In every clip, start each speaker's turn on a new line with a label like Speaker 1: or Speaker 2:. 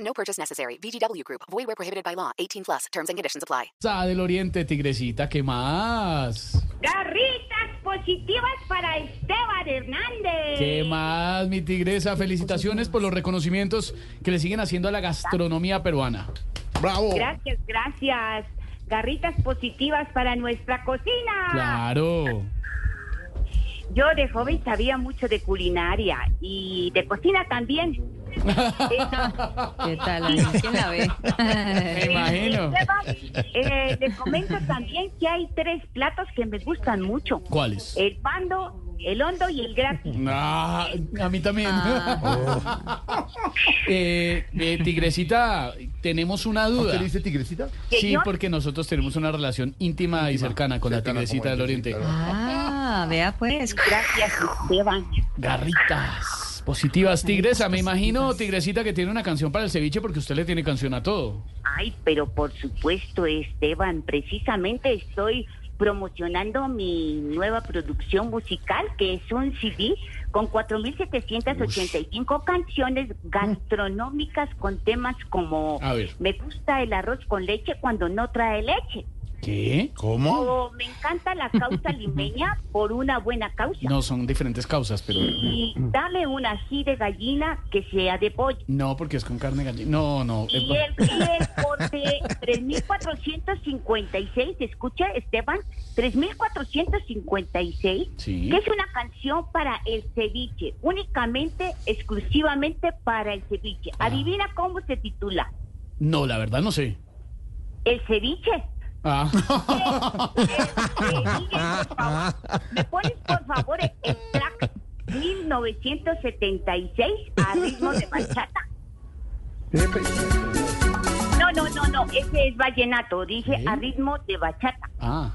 Speaker 1: No purchase necessary. VGW Group. Void where prohibited by law. 18 plus. Terms and conditions apply.
Speaker 2: Ah, del Oriente, Tigrecita, ¿qué más?
Speaker 3: Garritas positivas para Esteban Hernández.
Speaker 2: ¿Qué más, mi tigresa? Felicitaciones por los reconocimientos que le siguen haciendo a la gastronomía peruana.
Speaker 4: Bravo.
Speaker 3: Gracias, gracias. Garritas positivas para nuestra cocina.
Speaker 2: Claro.
Speaker 3: Yo de joven sabía mucho de culinaria y de cocina también.
Speaker 5: ¿Qué tal? Ani? ¿Quién la ve?
Speaker 2: Me imagino.
Speaker 3: Esteban, eh, les comento también que hay tres platos que me gustan mucho.
Speaker 2: ¿Cuáles?
Speaker 3: El pando, el hondo y el gratis.
Speaker 2: Ah, a mí también. Eh, eh, tigrecita, tenemos una duda.
Speaker 4: ¿Qué dice Tigrecita?
Speaker 2: Sí,
Speaker 3: Señor.
Speaker 2: porque nosotros tenemos una relación íntima y cercana con la
Speaker 4: Cercana
Speaker 2: Tigrecita
Speaker 4: como
Speaker 2: del
Speaker 4: el
Speaker 2: Oriente.
Speaker 4: Tigrecita.
Speaker 5: Ah, vea pues.
Speaker 3: Gracias, Esteban.
Speaker 2: Garritas. Positivas, tigresa. Me imagino, tigrecita, que tiene una canción para el ceviche porque usted le tiene canción a todo.
Speaker 3: Ay, pero por supuesto, Esteban, precisamente estoy promocionando mi nueva producción musical, que es un CD con 4.785 canciones gastronómicas con temas como
Speaker 2: A ver.
Speaker 3: Me gusta el arroz con leche cuando no trae leche,
Speaker 2: ¿Qué?
Speaker 4: ¿Cómo?
Speaker 3: o Me encanta la causa limeña por una buena causa,
Speaker 2: No, son diferentes causas, pero...
Speaker 3: y Dame un ají de gallina que sea de pollo.
Speaker 2: No, porque es con carne gallina. No, no. eh,
Speaker 3: Y el, y el corte 3456, escucha Esteban, 3456,
Speaker 2: Sí.
Speaker 3: que es una canción para el ceviche, únicamente, exclusivamente para el ceviche. Adivina cómo se titula.
Speaker 2: No, la verdad no sé.
Speaker 3: El ceviche.
Speaker 2: Ah,
Speaker 3: Eh, eh, por favor, ¿Me pones por favor el el track 1976 a ritmo de bachata? No, no, no, no, ese es vallenato, dije a ritmo de bachata.
Speaker 2: ah.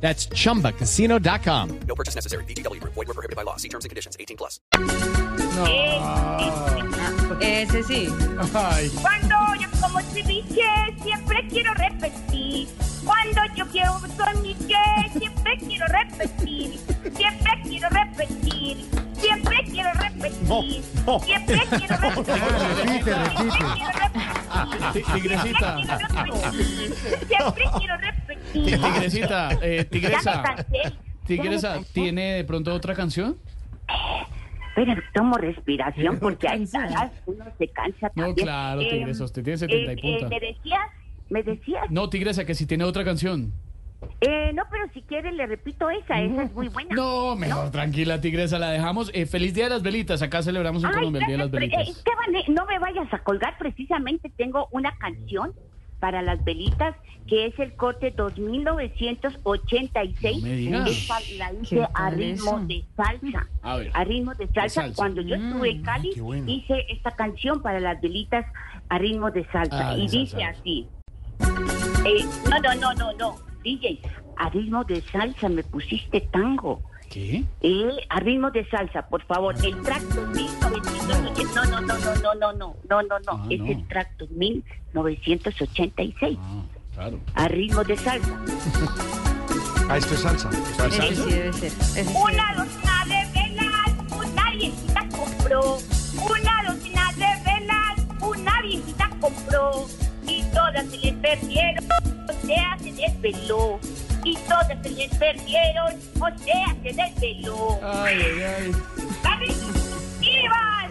Speaker 6: That's chumbacasino.com.
Speaker 7: No purchase necessary. VGW Group. Void were prohibited by law. See terms and conditions. 18 plus.
Speaker 5: Ese sí.
Speaker 2: Ay,
Speaker 3: Cuando yo como ceviche, siempre quiero repetir. Cuando yo quiero un sonique, siempre quiero repetir. Siempre quiero repetir. Siempre quiero repetir.
Speaker 4: No, no.
Speaker 3: Siempre quiero repetir.
Speaker 4: Repite, repite.
Speaker 2: Ti- tigrecita.
Speaker 3: Siempre quiero repetir. Siempre quiero repetir.
Speaker 2: tigrecita, eh,
Speaker 3: Ya me
Speaker 2: tigresa.
Speaker 3: cansé. Ya
Speaker 2: Tigresa,
Speaker 3: me cansé.
Speaker 2: ¿tiene de pronto otra canción?
Speaker 3: Pero tomo respiración porque a esta edad uno se cansa
Speaker 2: No,
Speaker 3: también.
Speaker 2: claro,
Speaker 3: Eh,
Speaker 2: tigresa, usted tiene 70 y
Speaker 3: eh, eh,
Speaker 2: punta.
Speaker 3: me decías, me decías.
Speaker 2: No, tigresa, que si tiene otra canción.
Speaker 3: Eh, no, pero si quiere le repito esa, esa es muy buena.
Speaker 2: No, mejor tranquila, tigresa, la dejamos. Eh, feliz Día de las Velitas. Acá celebramos en
Speaker 3: Ay,
Speaker 2: Colombia el Día de las
Speaker 3: gracias, eh,
Speaker 2: Velitas.
Speaker 3: Esteban, eh, no me vayas a colgar, precisamente tengo una canción para las velitas que es el corte 2986.
Speaker 2: No me digas.
Speaker 3: Es pa- la
Speaker 5: ¿Qué
Speaker 3: hice
Speaker 5: tal
Speaker 3: a ritmo
Speaker 5: eso?
Speaker 3: de salsa.
Speaker 2: A ver.
Speaker 3: ritmo de salsa.
Speaker 2: salsa. Mm,
Speaker 3: Cuando yo estuve en Cali,
Speaker 4: qué bueno.
Speaker 3: hice esta canción para las velitas a ritmo de salsa.
Speaker 2: Ah, de
Speaker 3: y dice
Speaker 2: salsa.
Speaker 3: así. Eh, no, no, no, no, no. DJ, a ritmo de salsa me pusiste tango.
Speaker 2: ¿Qué?
Speaker 3: Eh, a ritmo de salsa, por favor. El tracto 1986. No, no, no, no, no, no, no, no, no, no.
Speaker 2: Ah,
Speaker 3: es
Speaker 2: no.
Speaker 3: el tracto 1986.
Speaker 2: Ah, claro.
Speaker 3: A ritmo de salsa.
Speaker 4: Ah, esto es salsa.
Speaker 5: Ese sí debe ser. Ese sí
Speaker 3: Una docena de velas, una viejita compró. Una docena de velas, una viejita compró. Y todas se les perdieron, o sea, se desveló. Y todas se les perdieron, o sea, se desveló.
Speaker 2: Ay, ay, ay.
Speaker 3: ¡Viva!